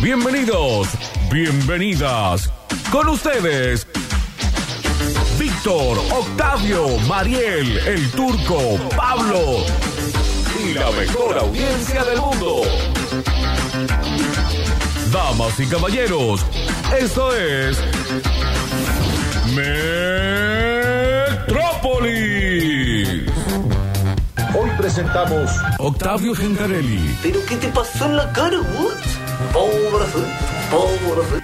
Bienvenidos, bienvenidas. Con ustedes, Víctor, Octavio, Mariel, el turco, Pablo y la mejor audiencia del mundo. Damas y caballeros, esto es Metrópolis. Hoy presentamos Octavio Gencarelli, ¿Pero qué te pasó en la cara, Wood? Pobre, pobre.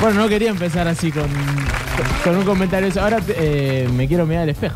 Bueno, no quería empezar así con, con un comentario. Ahora eh, me quiero mirar al espejo.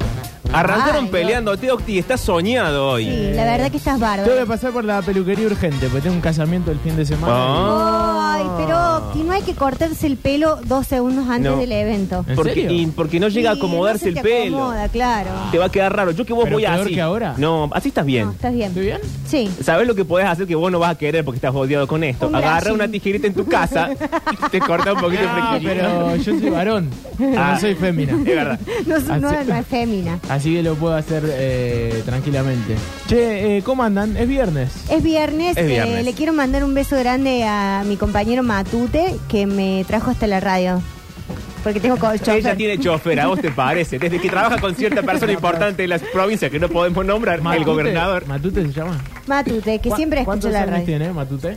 Arrancaron Ay, peleando, te Octi, estás soñado hoy. Sí, la verdad que estás bárbaro. Tengo que pasar por la peluquería urgente, porque tengo un casamiento el fin de semana. Ah. Ay, pero Octi, no hay que cortarse el pelo dos segundos antes No. del evento. ¿En porque, serio? y porque no llega a Sí, acomodarse no se el te pelo. Acomoda, claro. Te va a quedar raro. Yo que vos Pero voy peor así. que ahora. No, así estás bien. No, estás bien. ¿Estoy bien? Sí. ¿Sabes lo que podés hacer que vos no vas a querer porque estás odiado con esto? Un Agarra brushing. una tijerita en tu casa y te corta un poquito No, el flequillo. Ah, pero yo soy varón, Ah. no soy fémina. Es verdad. No, no, no Así- es fémina. Así que lo puedo hacer eh, tranquilamente. Che, eh, ¿cómo andan? Es viernes. Es viernes, Es eh, viernes. le quiero mandar un beso grande a mi compañero Matute que me trajo hasta la radio. Porque tengo colchón. Ella tiene chofer, ¿a vos te parece? Desde que trabaja con cierta persona importante de las provincias que no podemos nombrar, el Matute- gobernador. ¿Matute se llama? Matute, que ¿Cuá- siempre escucho ¿Cuántos la años radio. tiene Matute?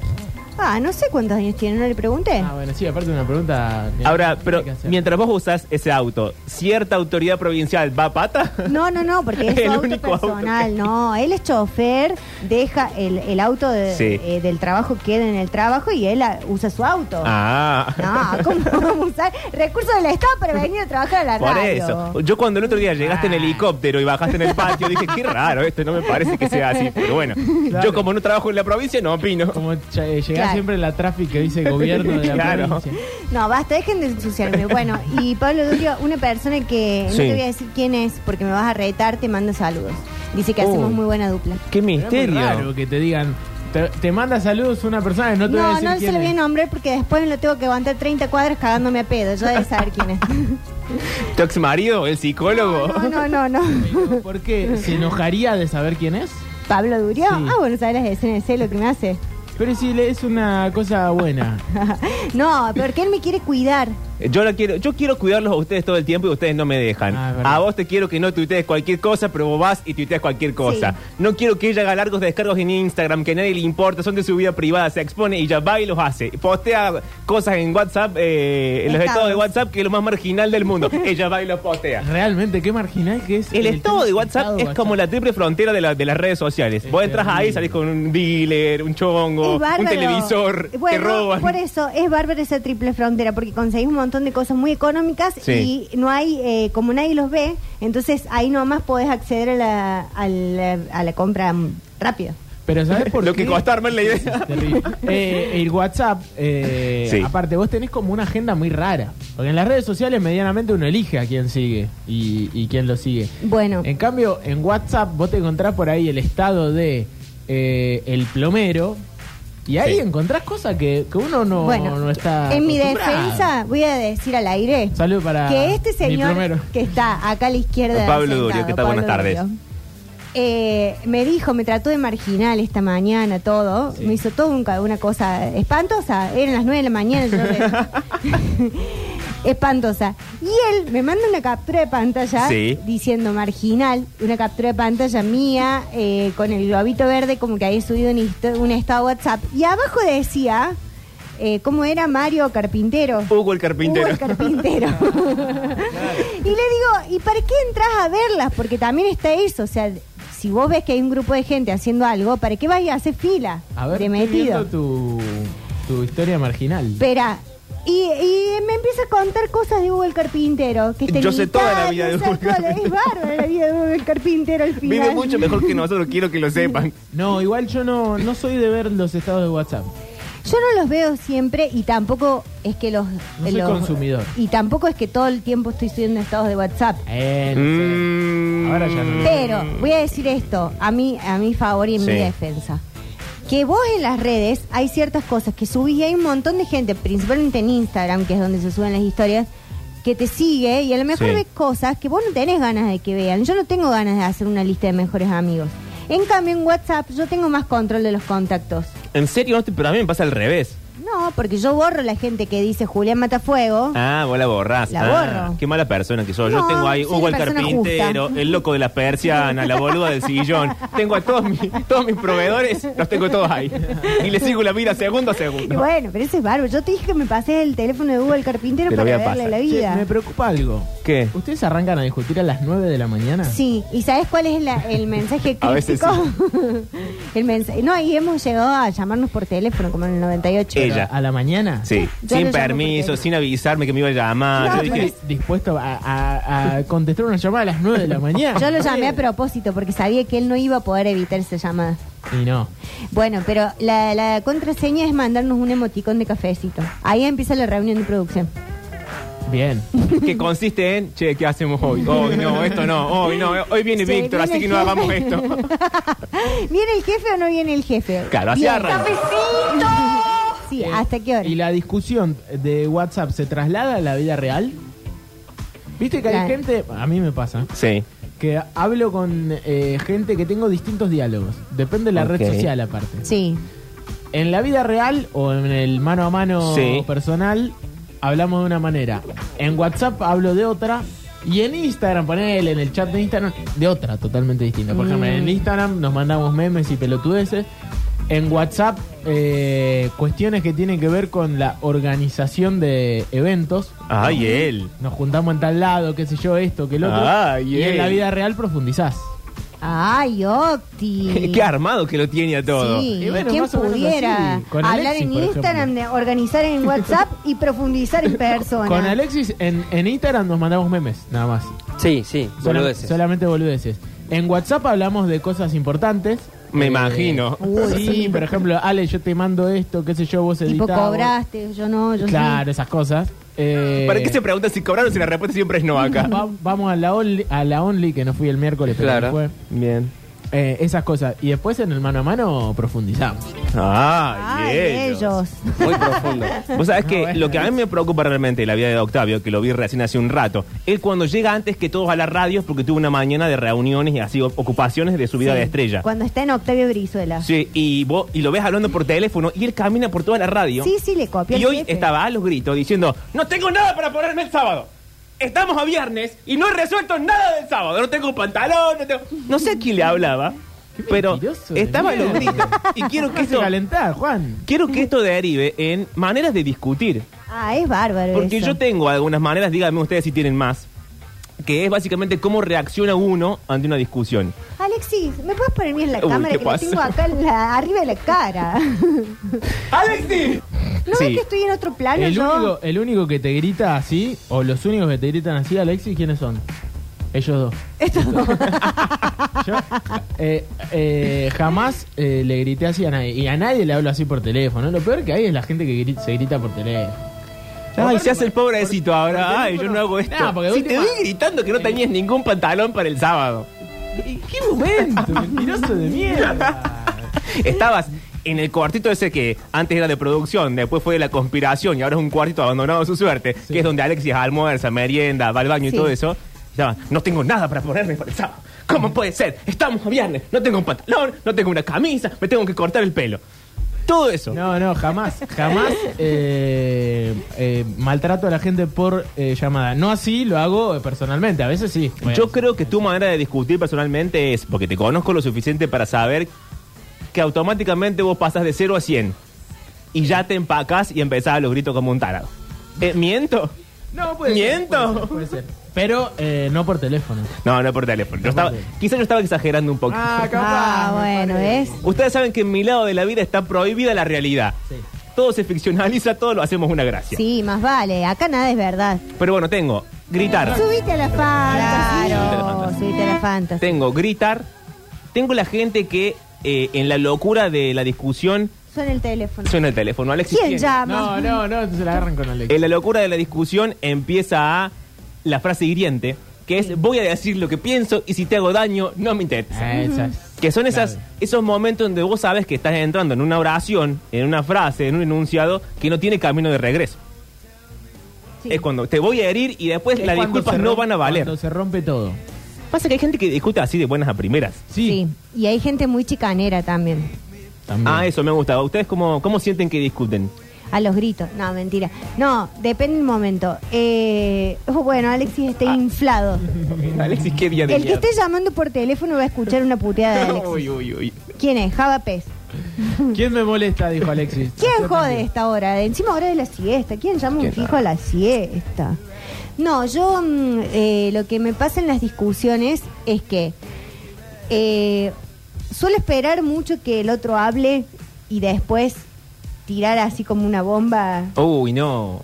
Ah, no sé cuántos años tiene, no le pregunté. Ah, bueno, sí, aparte una pregunta... Ahora, pero hay que hacer. mientras vos usás ese auto, ¿cierta autoridad provincial va a pata? No, no, no, porque es El su auto único auto personal, que- no. Él es chofer, deja el, el auto de- Sí. eh, del trabajo, queda en el trabajo y él ah, usa su auto. Ah. No, ¿cómo vamos a usar recursos del Estado para venir a trabajar a la Por radio? eso. Yo cuando el otro día llegaste en helicóptero y bajaste en el patio, dije, qué raro esto, no me parece que sea así. Pero bueno, yo como no trabajo en la provincia, no opino. Como ch- eh, llegás Claro. siempre en la tráfico que dice gobierno de la Claro. provincia. No, basta, dejen de ensuciarme. Bueno, y Pablo Durio, una persona que no Sí. te voy a decir quién es porque me vas a retar, te manda saludos. Dice que Uy. hacemos muy buena dupla. Qué Pero es muy raro misterio. que te digan, te, te manda saludos una persona que no te va a No, decir no se quién lo voy a es. nombrar porque después me lo tengo que aguantar 30 cuadras cagándome a pedo. Yo debo saber quién es. ¿Tu ex marido? ¿El psicólogo? No, no, no. no. ¿Por qué? ¿Se enojaría de saber quién es? Pablo Durio. Sí. Ah, bueno, ¿sabes las escenas de celo que me hace? Pero si le es una cosa buena. No, porque él me quiere cuidar. Yo la quiero, yo quiero cuidarlos a ustedes todo el tiempo y ustedes no me dejan. Ah, es verdad. a vos te quiero que no tuitees cualquier cosa, pero vos vas y tuiteas cualquier cosa. Sí. No quiero que ella haga largos descargos en Instagram, que a nadie le importa, son de su vida privada, se expone y ya va y los hace. Postea cosas en WhatsApp, eh, en los Estados. estados de WhatsApp, que es lo más marginal del mundo. ella va y los postea. Realmente, qué marginal que es. El estado tema de del WhatsApp estado es como la triple frontera de, la- de las redes sociales. Es Vos entras ahí, terrible. salís con un dealer, un chongo, Es bárbaro. Eh, un televisor, te Bueno, roban. Por eso es bárbaro esa triple frontera, porque conseguís un montón de cosas muy económicas Sí. y no hay, eh, como nadie los ve, entonces ahí nomás podés acceder a la, a la, a la compra mm, rápido. Pero ¿sabes por Lo qué? que costó armar la idea. Terrible. Eh, el WhatsApp, eh, Sí. aparte, vos tenés como una agenda muy rara. Porque en las redes sociales medianamente uno elige a quién sigue y, y quién lo sigue. Bueno, En cambio, en WhatsApp vos te encontrás por ahí el estado de eh, el plomero y ahí Sí. encontrás cosas que, que uno no, bueno no está. en mi acostumbrado. defensa voy a decir al aire Salud para que este mi señor plomero. que está acá a la izquierda Pablo sentado, Durio, ¿qué tal? Pablo Buenas tardes. Durio, eh, me dijo, me trató de marginal esta mañana todo, me hizo todo un ca- una cosa espantosa, eran las 9 de la mañana, yo re- espantosa. Y él me manda una captura de pantalla Sí. diciendo marginal, una captura de pantalla mía eh, con el globito verde como que había subido un, histo- un estado WhatsApp y abajo decía... eh, ¿Cómo era Mario Carpintero? Hugo el carpintero. Hugo el carpintero. Y le digo, ¿y para qué entras a verlas? Porque también está eso, o sea, si vos ves que hay un grupo de gente haciendo algo, ¿para qué vas a hacer fila? A ver, de estoy metido. viendo tu, tu historia marginal. Espera. Y, y me empieza a contar cosas de Hugo el Carpintero. Que está Yo sé toda la imitado, vida de que Hugo el sacó- Carpintero. Es bárbaro la vida de Hugo el Carpintero al final. Vive mucho mejor que nosotros, quiero que lo sepan. No, igual yo no, no soy de ver los estados de WhatsApp. Yo no los veo siempre y tampoco es que los... No soy los- consumidor. Y tampoco es que todo el tiempo estoy subiendo estados de WhatsApp. Eh, Mm. no sé. Ahora ya no. Pero voy a decir esto, a mí, a mi favor y en mi Sí. defensa. Que vos en las redes hay ciertas cosas que subís y hay un montón de gente, principalmente en Instagram, que es donde se suben las historias, que te sigue y a lo mejor Sí. ve cosas que vos no tenés ganas de que vean. Yo no tengo ganas de hacer una lista de mejores amigos. En cambio, en WhatsApp yo tengo más control de los contactos. En serio, no te- pero a mí me pasa al revés. No, porque yo borro la gente que dice Julián Matafuego. Ah, vos la borrás. La Ah, borro. Qué mala persona que soy. Yo No, tengo ahí soy Hugo el una persona carpintero, justa. el loco de la persiana, la boluda del sillón. Tengo a todos, mis- todos mis proveedores, los tengo todos ahí. Y le sigo la vida segundo a Y segundo. bueno, pero eso es bárbaro. Yo te dije que me pasé el teléfono de Hugo el carpintero Te lo para voy a darle pasar. la Che, vida. me preocupa algo. ¿Qué? ¿Ustedes arrancan a discutir a las 9 de la mañana? Sí, ¿y sabes cuál es la- el mensaje crítico? A veces el mensaje. No, ahí hemos llegado a llamarnos por teléfono como en el 98. Ella. ¿A la mañana? Sí, Yo le sin llamo permiso, porque- sin avisarme que me iba a llamar. No, Yo pero dije, ¿Estás dispuesto a, a- a contestar una llamada a las 9 de la mañana? Yo lo llamé a propósito porque sabía que él no iba a poder evitar esa llamada. Y no. Bueno, pero la, la contraseña es mandarnos un emoticón de cafecito. Ahí empieza la reunión de producción. Bien. que consiste en, che, ¿qué hacemos hoy? Hoy no, esto no, hoy no, hoy viene Se Víctor, viene así que no el jefe. hagamos esto. ¿Viene el jefe o no viene el jefe? Claro, así Bien. arranca. Sí, Eh, ¿hasta qué hora? ¿Y la discusión de WhatsApp se traslada a la vida real? Viste que hay Claro. gente, a mí me pasa, Sí. que hablo con eh, gente que tengo distintos diálogos. Depende de la Ok. red social aparte. Sí. En la vida real o en el mano a mano Sí. personal hablamos de una manera. En WhatsApp hablo de otra. Y en Instagram, ponele en el chat de Instagram, de otra, totalmente distinta. Por ejemplo, Mm. en Instagram nos mandamos memes y pelotudeces. En WhatsApp, eh, cuestiones que tienen que ver con la organización de eventos. Ay, él. Nos juntamos en tal lado, qué sé yo, esto, que lo otro. Ah, y en yeah. la vida real profundizás. Ay, Octi. Qué armado que lo tiene a todo. Sí, Y bueno, ¿quién más o menos pudiera así, con hablar Alexis, en por Instagram, de organizar en WhatsApp y profundizar en persona? Con Alexis, en, en Instagram nos mandamos memes, nada más. Sí, sí, Solam- boludeces. Solamente boludeces. En WhatsApp hablamos de cosas importantes. Me imagino. Uy, sí, sí. por ejemplo, Ale, yo te mando esto, qué sé yo, vos tipo, editás. vos- cobraste, yo no, yo sí. Claro, esas cosas. Eh, ¿Para qué se pregunta si cobraron si la respuesta siempre es no acá? va- Vamos a la, only, a la Only, que no fui el miércoles, pero Claro. después. Bien. Eh, esas cosas. Y después en el mano a mano profundizamos. Ah, Ay, ellos. Muy profundo. Vos sabés que No, bueno, lo que a mí es- me preocupa realmente de la vida de Octavio, que lo vi recién hace un rato, es cuando llega antes que todos a la radio es porque tuvo una mañana de reuniones y así o- ocupaciones de su vida Sí, de estrella. Cuando está en Octavio Brizuela. Sí, y vos y lo ves hablando por teléfono y él camina por toda la radio. Sí, sí, le copió Y al hoy jefe. estaba a los gritos diciendo, no tengo nada para ponerme el sábado. Estamos a viernes y no he resuelto nada del sábado. No tengo pantalón, no tengo... No sé a quién le hablaba, Qué pero mentiroso de estaba a los mierda. gritos. Y quiero que ¿Qué se esto... calentar, Juan? Quiero que esto derive en maneras de discutir. Ah, es bárbaro Porque eso. yo tengo algunas maneras, díganme ustedes si tienen más, que es básicamente cómo reacciona uno ante una discusión. Alexis, ¿me puedes poner bien la Uy, cámara ¿qué que la pasa? tengo acá en la- arriba de la cara? ¿No ¡Alexi! ves Sí. que estoy en otro plano El yo? único, el único que te grita así, o los únicos que te gritan así, Alexis, ¿quiénes son? Ellos dos. Yo eh, eh, jamás eh, le grité así a nadie. Y a nadie le hablo así por teléfono. Lo peor que hay es la gente que gri- se grita por teléfono. Ay, se hace el pobrecito ahora. Ay, yo teléfono. no hago esto. No, porque de si te última- vi gritando que no tenías ningún pantalón para el sábado. ¿Y qué momento? Mentiroso de mierda. Estabas en el cuartito ese que antes era de producción, después fue de la conspiración y ahora es un cuartito abandonado a su suerte, que es donde Alexis almuerza, merienda, va al baño Sí. y todo eso. Estabas, no tengo nada para ponerme para el sábado. Mm. ¿Cómo puede ser? Estamos a viernes, no tengo un pantalón, no tengo una camisa, me tengo que cortar el pelo. Todo eso. No, no, jamás. Jamás eh, eh, maltrato a la gente por eh, llamada. No así lo hago eh, personalmente. A veces sí. Yo creo que tu manera de discutir personalmente es, porque te conozco lo suficiente para saber que automáticamente vos pasas de 0 a 100 y ya te empacás y empezás a los gritos como un tarado. Eh, ¿Miento? No, puede ser, ¿Miento? puede ser, puede ser. Pero eh, no por teléfono. No, no por teléfono. Yo estaba- quizás yo estaba exagerando un poco. Ah, bueno, ¿ves? Ustedes saben que en mi lado de la vida está prohibida la realidad. Sí. Todo se ficcionaliza, todo lo hacemos una gracia. Sí, más vale. Acá nada es verdad. Pero bueno, tengo gritar. Subite a la fantasy. Claro. Subite a la fantasy. Tengo gritar. Tengo la gente que eh, en la locura de la discusión Suena el teléfono. suena el teléfono. Alexis, ¿Quién llama? No, no, no, se la agarran con Alexis. En la locura de la discusión empieza a la frase hiriente, que es voy a decir lo que pienso y si te hago daño, no me interesa. Eh, esas. Que son esas, esos momentos donde vos sabes que estás entrando en una oración, en una frase, en un enunciado que no tiene camino de regreso. Sí. es cuando te voy a herir y después Es las cuando disculpas se no rompe- van a valer. Cuando se rompe todo. Pasa que hay gente que discute así de buenas a primeras. Sí. Sí. Y hay gente muy chicanera también. También. Ah, eso me gusta. ¿Ustedes cómo, cómo sienten que discuten? A los gritos. No, mentira. No, depende del momento. Eh, oh, bueno, Alexis está inflado. Alexis, Ah. qué día de El que mierda. esté llamando por teléfono va a escuchar una puteada de Alexis. Uy, uy, uy. ¿Quién es? Java Pez. ¿Quién me molesta? Dijo Alexis. ¿Quién jode a esta hora? De encima hora de la siesta. ¿Quién llama un Qué fijo raro. a la siesta? No, yo mm, eh, lo que me pasa en las discusiones es que eh, suelo esperar mucho que el otro hable y después tirar así como una bomba Uy, no.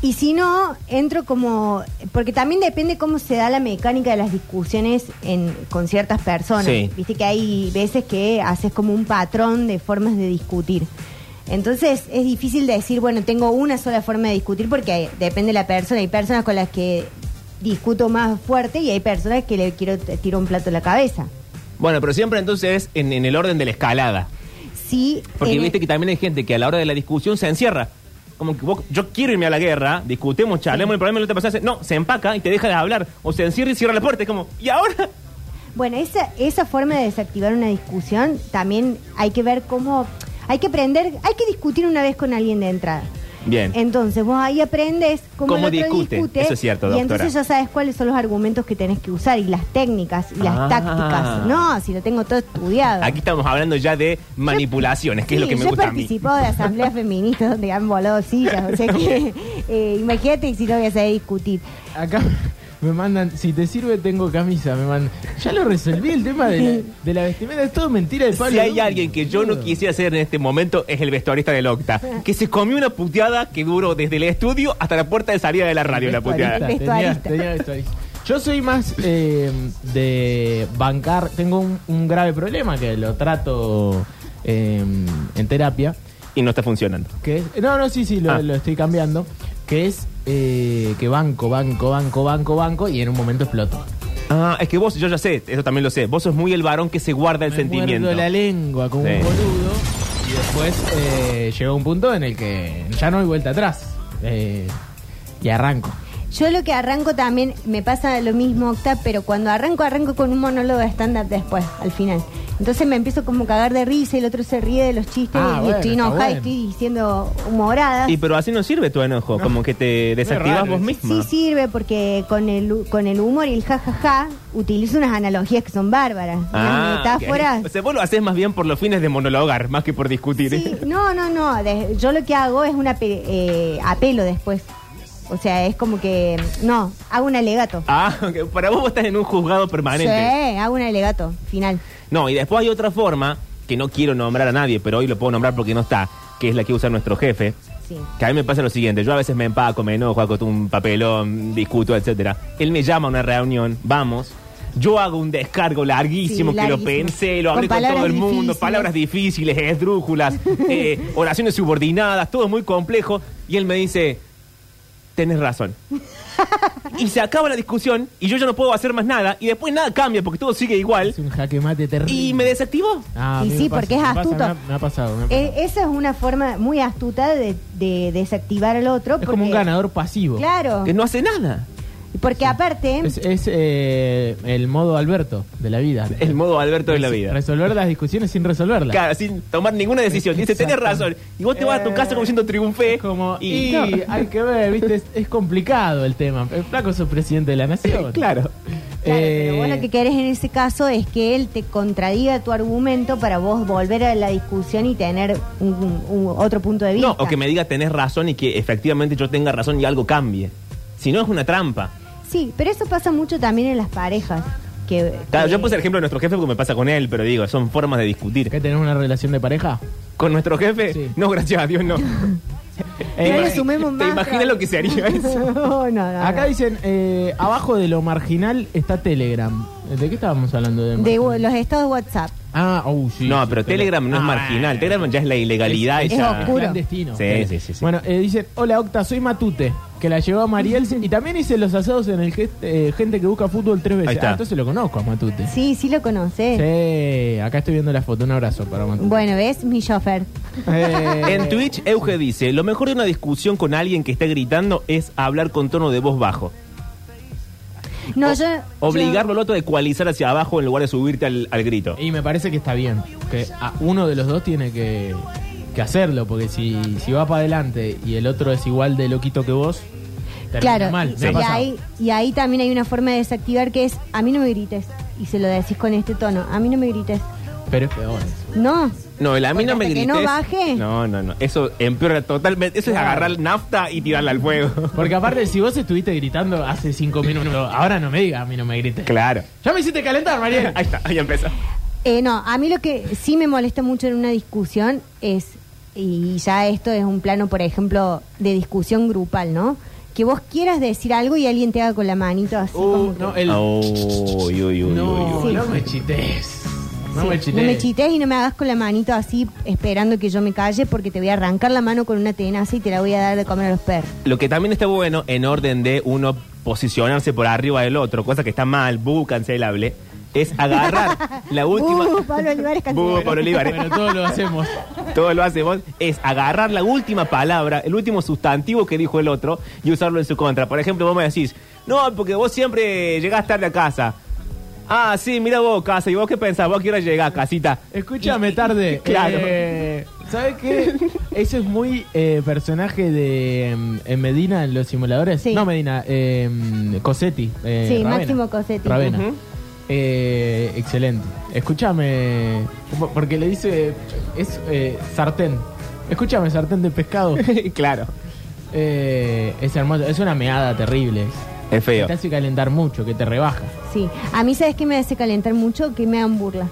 Y si no, entro como. Porque también depende cómo se da la mecánica de las discusiones en, con ciertas personas. Sí. Viste que hay veces que haces como un patrón de formas de discutir. Entonces es difícil decir, bueno, tengo una sola forma de discutir porque hay- depende de la persona. Hay personas con las que discuto más fuerte y hay personas que le quiero t- tiro un plato en la cabeza. Bueno, pero siempre entonces es en, en el orden de la escalada. Sí, Porque en- viste que también hay gente que a la hora de la discusión se encierra. Como que vos- yo quiero irme a la guerra, discutimos, charlemos, el problema es lo que te pasa. No, se empaca y te deja de hablar. O se encierra y cierra la puerta. Es como, ¿y ahora? Bueno, esa, esa forma de desactivar una discusión también hay que ver cómo. Hay que aprender, hay que discutir una vez con alguien de entrada. Bien. Entonces vos ahí aprendes cómo, Cómo el otro discute. discute, Eso es cierto, Y doctora. entonces ya sabes cuáles son los argumentos que tenés que usar y las técnicas y las Ah. tácticas. No, si lo tengo todo estudiado. Aquí estamos hablando ya de manipulaciones, que es Sí, lo que me yo he gusta a mí. participado de asambleas feministas donde han volado sillas, o sea que eh, imagínate si no voy a saber discutir. Acá me mandan, si te sirve tengo camisa, me mandan. Ya lo resolví el tema de la, de la vestimenta, es todo mentira de Pablo. Si hay Durio, alguien que yo no boludo. quisiera hacer en este momento es el vestuarista del Octa, que se comió una puteada que duró desde el estudio hasta la puerta de salida de la radio, la puteada. Vestuarista, El vestuarista. tenía- tenía vestuarista. Yo soy más eh, de bancar, tengo un, un grave problema que lo trato eh, en terapia, Y no está funcionando. que es, no, no, sí, sí, lo, Ah. lo estoy cambiando, que es eh, que banco, banco, banco, banco, banco y en un momento exploto. Ah, es que vos, yo ya sé, eso también lo sé, vos sos muy el varón que se guarda el Me sentimiento. muerdo la lengua como un Sí. boludo y después eh, llega un punto en el que ya no hay vuelta atrás eh, y arranco. Yo lo que arranco también, me pasa lo mismo, Octa, pero cuando arranco, arranco con un monólogo de stand-up después, al final. Entonces me empiezo como a cagar de risa y el otro se ríe de los chistes Ah, y bueno, estoy está enojada y bueno. estoy diciendo humoradas. Y pero así no sirve tu enojo, como que te desactivas raro, vos sí. mismo. Sí sirve porque con el, con el humor y el jajaja utilizo unas analogías que son bárbaras. unas metáforas. Ah, ok. O sea, vos lo haces más bien por los fines de monologar, más que por discutir. ¿eh? Sí, no, no, no. de- yo lo que hago es un ape- eh, apelo después. O sea, es como que. No, hago un alegato. Ah, ok, para vos vos estás en un juzgado permanente. Sí, hago un alegato, final. No, y después hay otra forma, que no quiero nombrar a nadie, pero hoy lo puedo nombrar porque no está, que es la que usa nuestro jefe. Sí. Que a mí me pasa lo siguiente, yo a veces me empaco, me enojo, hago un papelón, discuto, etcétera. Él me llama a una reunión, vamos. Yo hago un descargo larguísimo, Sí, que lo larguísimo. pensé, lo hablé Con con, todo el palabras mundo, difíciles. palabras difíciles, esdrújulas, eh, oraciones subordinadas, todo muy complejo. Y él me dice, tenés razón. y se acaba la discusión y yo ya no puedo hacer más nada. Y después nada cambia porque todo sigue igual. Es un jaque mate terrible. Y me desactivó. Ah, a mí Y me sí, pasa, porque es me pasa, astuto. me ha- me ha pasado. me ha Eh, pasado. esa es una forma muy astuta de, de desactivar al otro. es como un ganador pasivo. Claro, Que no hace nada. porque aparte, Es, es, eh, el modo Alberto de la vida. El modo Alberto de la vida. Resolver las discusiones sin resolverlas. Claro, sin tomar ninguna decisión. Dice, tenés Exacto. razón. Y vos te vas a tu casa como diciendo triunfé. Es como, y, y, hay que ver, ¿viste? Es, es complicado el tema. El flaco es el presidente de la nación. Eh, Claro. claro, Eh, pero vos lo que querés en ese caso es que él te contradiga tu argumento para vos volver a la discusión y tener un, un- un otro punto de vista. No, o que me diga tenés razón y que efectivamente yo tenga razón y algo cambie. Si no, es una trampa. Sí, pero eso pasa mucho también en las parejas. Que, Claro, que- yo puse el ejemplo de nuestro jefe porque me pasa con él, pero digo, son formas de discutir. ¿Qué tenés una relación de pareja? ¿Con nuestro jefe? Sí. No, gracias a Dios, no. Eh, No le imagi- sumemos ¿Te más, imaginas claro. lo que sería eso? no, no, no. Acá no. dicen, eh, abajo de lo marginal está Telegram. ¿De qué estábamos hablando? De De marginal? los estados de WhatsApp. Ah, oh, sí. No, sí, pero Telegram no es Ah, marginal. Telegram ya es la ilegalidad. Es- esa- es oscuro. Clandestino. Sí, sí, sí, sí. Bueno, eh, dicen, hola Octa, soy Matute. que la llevó a Mariel. Y también hice los asados en el gest- eh, Gente que busca fútbol tres veces. Ahí está. Ah, entonces lo conozco a Matute. Sí, sí lo conoces. Sí, acá estoy viendo la foto. Un abrazo para Matute. Bueno, ves, mi chofer. Eh, En Twitch, Euge dice: Lo mejor de una discusión con alguien que está gritando es hablar con tono de voz bajo. No, yo. Obligarlo yo- al otro a ecualizar hacia abajo en lugar de subirte al, al grito. Y me parece que está bien. Que a- uno de los dos tiene que, que hacerlo. Porque si, si va para adelante y el otro es igual de loquito que vos, termina Claro, mal. y, Me ha pasado. ahí, y ahí también hay una forma de desactivar que es: a mí no me grites. Y se lo decís con este tono: a mí no me grites. Pero es peor. eso. No. No, el a mí Porque no me hasta que grites. no baje. No, no, no. Eso empeora totalmente. Eso es agarrar nafta y tirarla al fuego. Porque aparte, si vos estuviste gritando hace cinco minutos, ahora no me digas, a mí no me grites. claro. Ya me hiciste calentar, Mariel. Ahí está, ahí empieza. Eh, no, a mí lo que sí me molesta mucho en una discusión es, y ya esto es un plano, por ejemplo, de discusión grupal, ¿no? Que vos quieras decir algo y alguien te haga con la manito así. Uh, como que- no, el- Uy, uy, uy, no, uy, uy. no me chites. No Sí, me chites. no me chites y no me hagas con la manito así esperando que yo me calle porque te voy a arrancar la mano con una tenaza y te la voy a dar de comer a los perros. Lo que también está bueno en orden de uno posicionarse por arriba del otro, cosa que está mal, bu cancelable, es agarrar la última. Uh, Pablo Bu, Olivares cancelado. Pablo Olivares. Pero todos lo hacemos. Todo lo hacemos es agarrar la última palabra, el último sustantivo que dijo el otro y usarlo en su contra. Por ejemplo, vos me decís, no, porque vos siempre llegás tarde a casa. Ah, sí, mira vos, casa. ¿Y vos qué pensás? ¿Vos a qué hora llegás, casita? Escúchame tarde. Claro. Eh, ¿Sabes qué? Eso es muy eh, personaje de mm, en Medina en los simuladores. Sí. No, Medina, eh, mm, Cosetti. eh, Sí, Ravena. Máximo Cosetti. Ravena. Ujú. Eh, excelente. Escúchame, porque le dice, es eh, sartén. Escúchame, sartén de pescado. claro. Eh, es hermoso, es una meada terrible. Es Que feo. Te hace calentar mucho, que te rebaja. Sí, a mí sabes que me hace calentar mucho que me hagan burla.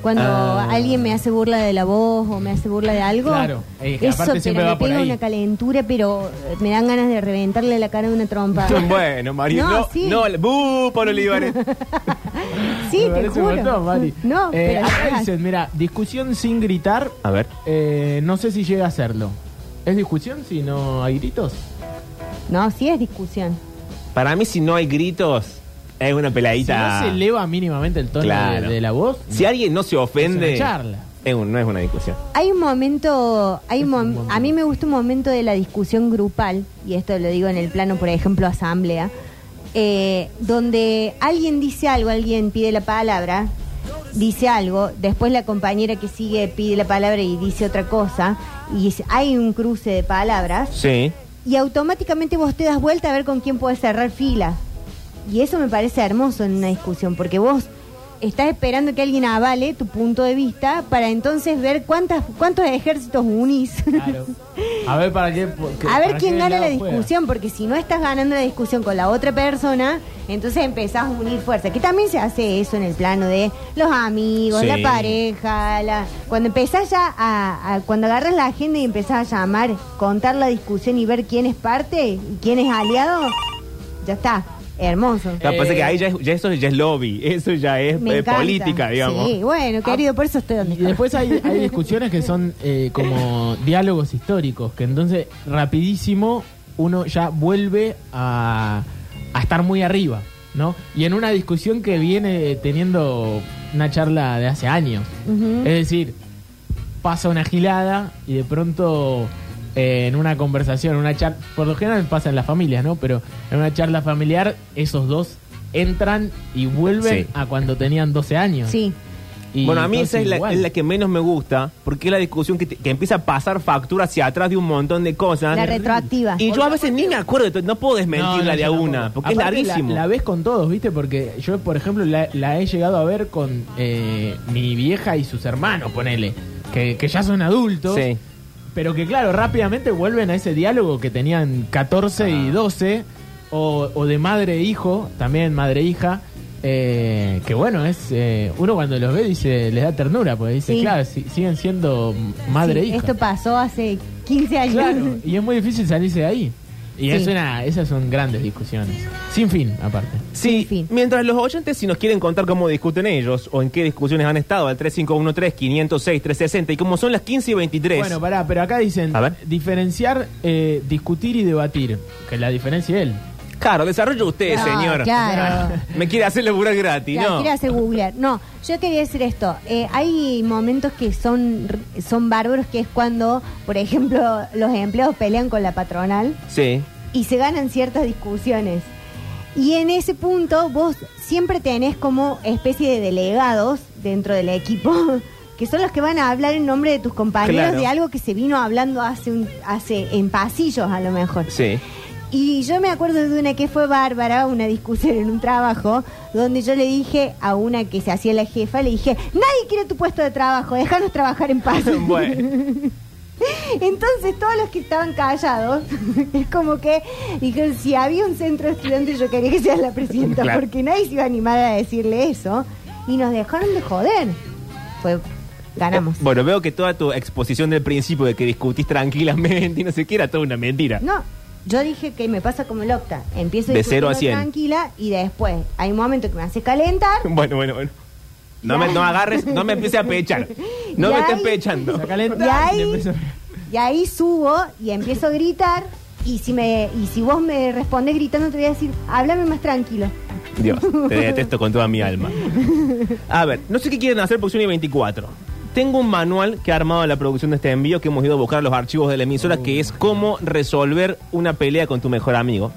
Cuando Ah. alguien me hace burla de la voz o me hace burla de algo, Claro, eh, eso aparte pero siempre me va por pega ahí. una calentura, pero eh, me dan ganas de reventarle la cara de una trompa. Bueno, Mario, No, no, no, sí. bu, Pablo Olivares. sí, Me te parece un juro. montón, Mari. No, Eh, pero acá ya. dicen, mira, discusión sin gritar, A ver. eh, no sé si llega a hacerlo. ¿Es discusión si no hay gritos? no, sí es discusión. Para mí, si no hay gritos, es una Si no peladita. se eleva mínimamente el tono Claro. de, de la voz, Si alguien no se ofende, Es una charla. es un- no es una discusión. Hay un momento, hay un Es un mom- momento. a mí me gusta un momento de la discusión grupal, y esto lo digo en el plano, por ejemplo, asamblea, eh, donde alguien dice algo, alguien pide la palabra, dice algo, después la compañera que sigue pide la palabra y dice otra cosa, y es- hay un cruce de palabras, Sí. y automáticamente vos te das vuelta a ver con quién puedes cerrar fila. Y eso me parece hermoso en una discusión, porque vos estás esperando que alguien avale tu punto de vista para entonces ver cuántas, cuántos ejércitos unís. claro. A ver para qué. a ver para quién qué gana la lado juega. discusión, porque si no estás ganando la discusión con la otra persona, entonces empezás a unir fuerzas. Que también se hace eso en el plano de los amigos, Sí. la pareja, la... cuando empezás ya a, a- cuando agarras la agenda y empezás a llamar, contar la discusión y ver quién es parte y quién es aliado, ya está, hermoso. Lo que pasa Eh. es que ahí ya, es- ya eso ya es lobby, eso ya es Me eh, encanta. política, digamos. Sí, bueno, Ah, querido, por eso estoy donde Y estoy. después hay, hay discusiones que son eh, como diálogos históricos, que entonces rapidísimo uno ya vuelve a, a estar muy arriba, ¿no? Y en una discusión que viene teniendo una charla de hace años. Ujú. Es decir, pasa una gilada y de pronto eh, en una conversación, en una charla, por lo general pasa en las familias, ¿no? Pero en una charla familiar esos dos entran y vuelven Sí. a cuando tenían 12 años. Sí. Y Bueno, a mí esa entonces es la, igual. es la que menos me gusta, porque es la discusión que, te- que empieza a pasar factura hacia atrás de un montón de cosas. La retroactiva. Y yo a veces ni me acuerdo, de todo, no puedo desmentir No, no, la de a yo tampoco. una, porque Aparte, es la- larguísimo. La, ves con todos, ¿viste? Porque yo, por ejemplo, la, la he llegado a ver con eh, mi vieja y sus hermanos, ponele, que, que ya son adultos. Sí. Pero que, claro, rápidamente vuelven a ese diálogo que tenían 14 Ah. y 12, o, o de madre e hijo, también madre e hija. eh, que bueno, es eh, uno cuando los ve dice, les da ternura, porque dice, Sí. claro, si- siguen siendo madre e Sí, hija. Esto pasó hace 15 años. Claro, y es muy difícil salirse de ahí. Y Sí. es una, esas son grandes discusiones. Sin fin, aparte. Sí, En fin. mientras los oyentes, si nos quieren contar cómo discuten ellos o en qué discusiones han estado, al 3513-506-360, y como son las 15 y 23. Bueno, pará, pero acá dicen A ver. diferenciar, eh, discutir y debatir. Que la diferencia es él. claro, desarrolla usted, No, señor. claro. Me quiere hacer laburar gratis, La ¿no? quiere hacer googlear. No, yo quería decir esto. Eh, hay momentos que son, r- son bárbaros, que es cuando, por ejemplo, los empleados pelean con la patronal Sí. y se ganan ciertas discusiones. Y en ese punto vos siempre tenés como especie de delegados dentro del equipo, que son los que van a hablar en nombre de tus compañeros Claro. de algo que se vino hablando hace, un, hace en pasillos a lo mejor. Sí. Y yo me acuerdo de una que fue bárbara, una discusión en un trabajo, donde yo le dije a una que se hacía la jefa, le dije, nadie quiere tu puesto de trabajo, déjanos trabajar en paz. bueno, Entonces todos los que estaban callados, es como que dijeron, si había un centro de estudiantes yo quería que seas la presidenta, Claro. porque nadie se iba a animar a decirle eso. Y nos dejaron de joder. Fue, ganamos. bueno, veo que toda tu exposición del principio de que discutís tranquilamente y no sé qué era toda una mentira. No, yo dije que me pasa como el octa. Empiezo De cero a discutiendo cien. tranquila y después hay un momento que me hace calentar Bueno, bueno, bueno. No me no agarres, no me empieces a pechar. No Y me ahí- estés pechando. Se calenta Y ahí- y empieza- Y ahí subo y empiezo a gritar. Y si, me, y si vos me respondes gritando, te voy a decir, háblame más tranquilo. Dios, te detesto con toda mi alma. A ver, no sé qué quieren hacer porque son y 24. Tengo un manual que ha armado la producción de este envío que hemos ido a buscar a los archivos de la emisora, que es cómo resolver una pelea con tu mejor amigo.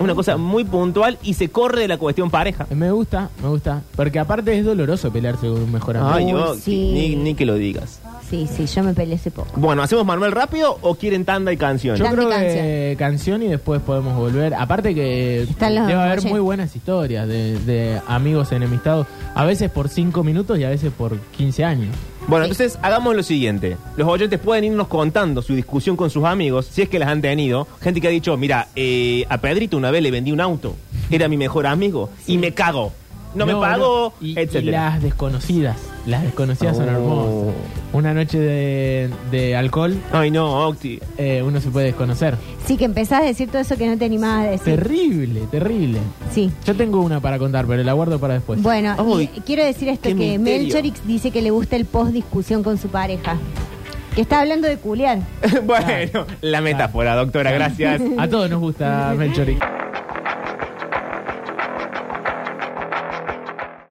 Una cosa muy puntual y se corre de la cuestión pareja. Me gusta, me gusta. Porque aparte es doloroso pelearse con un mejor amigo. Ay, Uy, yo, sí. ni, ni que lo digas. Sí, sí, yo me peleé hace poco. Bueno, ¿hacemos manual rápido o quieren tanda y canción? Yo Grande creo que canción y después podemos volver. Aparte que Están los debe haber oyentes. muy buenas historias de, de amigos enemistados, a veces por 5 minutos y a veces por 15 años. Bueno, entonces hagamos lo siguiente. Los oyentes pueden irnos contando su discusión con sus amigos, si es que las han tenido. Gente que ha dicho, mira, eh, a Pedrito una vez le vendí un auto, era mi mejor amigo, y me cago. No, me pagó, no. Y, y etcétera. las desconocidas, las desconocidas son Oh. hermosas. Una noche de, de alcohol, Ay, no, Octi. eh, uno se puede desconocer. Sí, que empezás a decir todo eso que no te animabas a decir. Terrible, terrible. Sí. Yo tengo una para contar, pero la guardo para después. Bueno, Pues, Uy, y quiero decir esto, qué misterio. que Melchorix dice que le gusta el post discusión con su pareja. Que está hablando de culiar. Ah. bueno, la metáfora, doctora, gracias. A todos nos gusta Melchoric.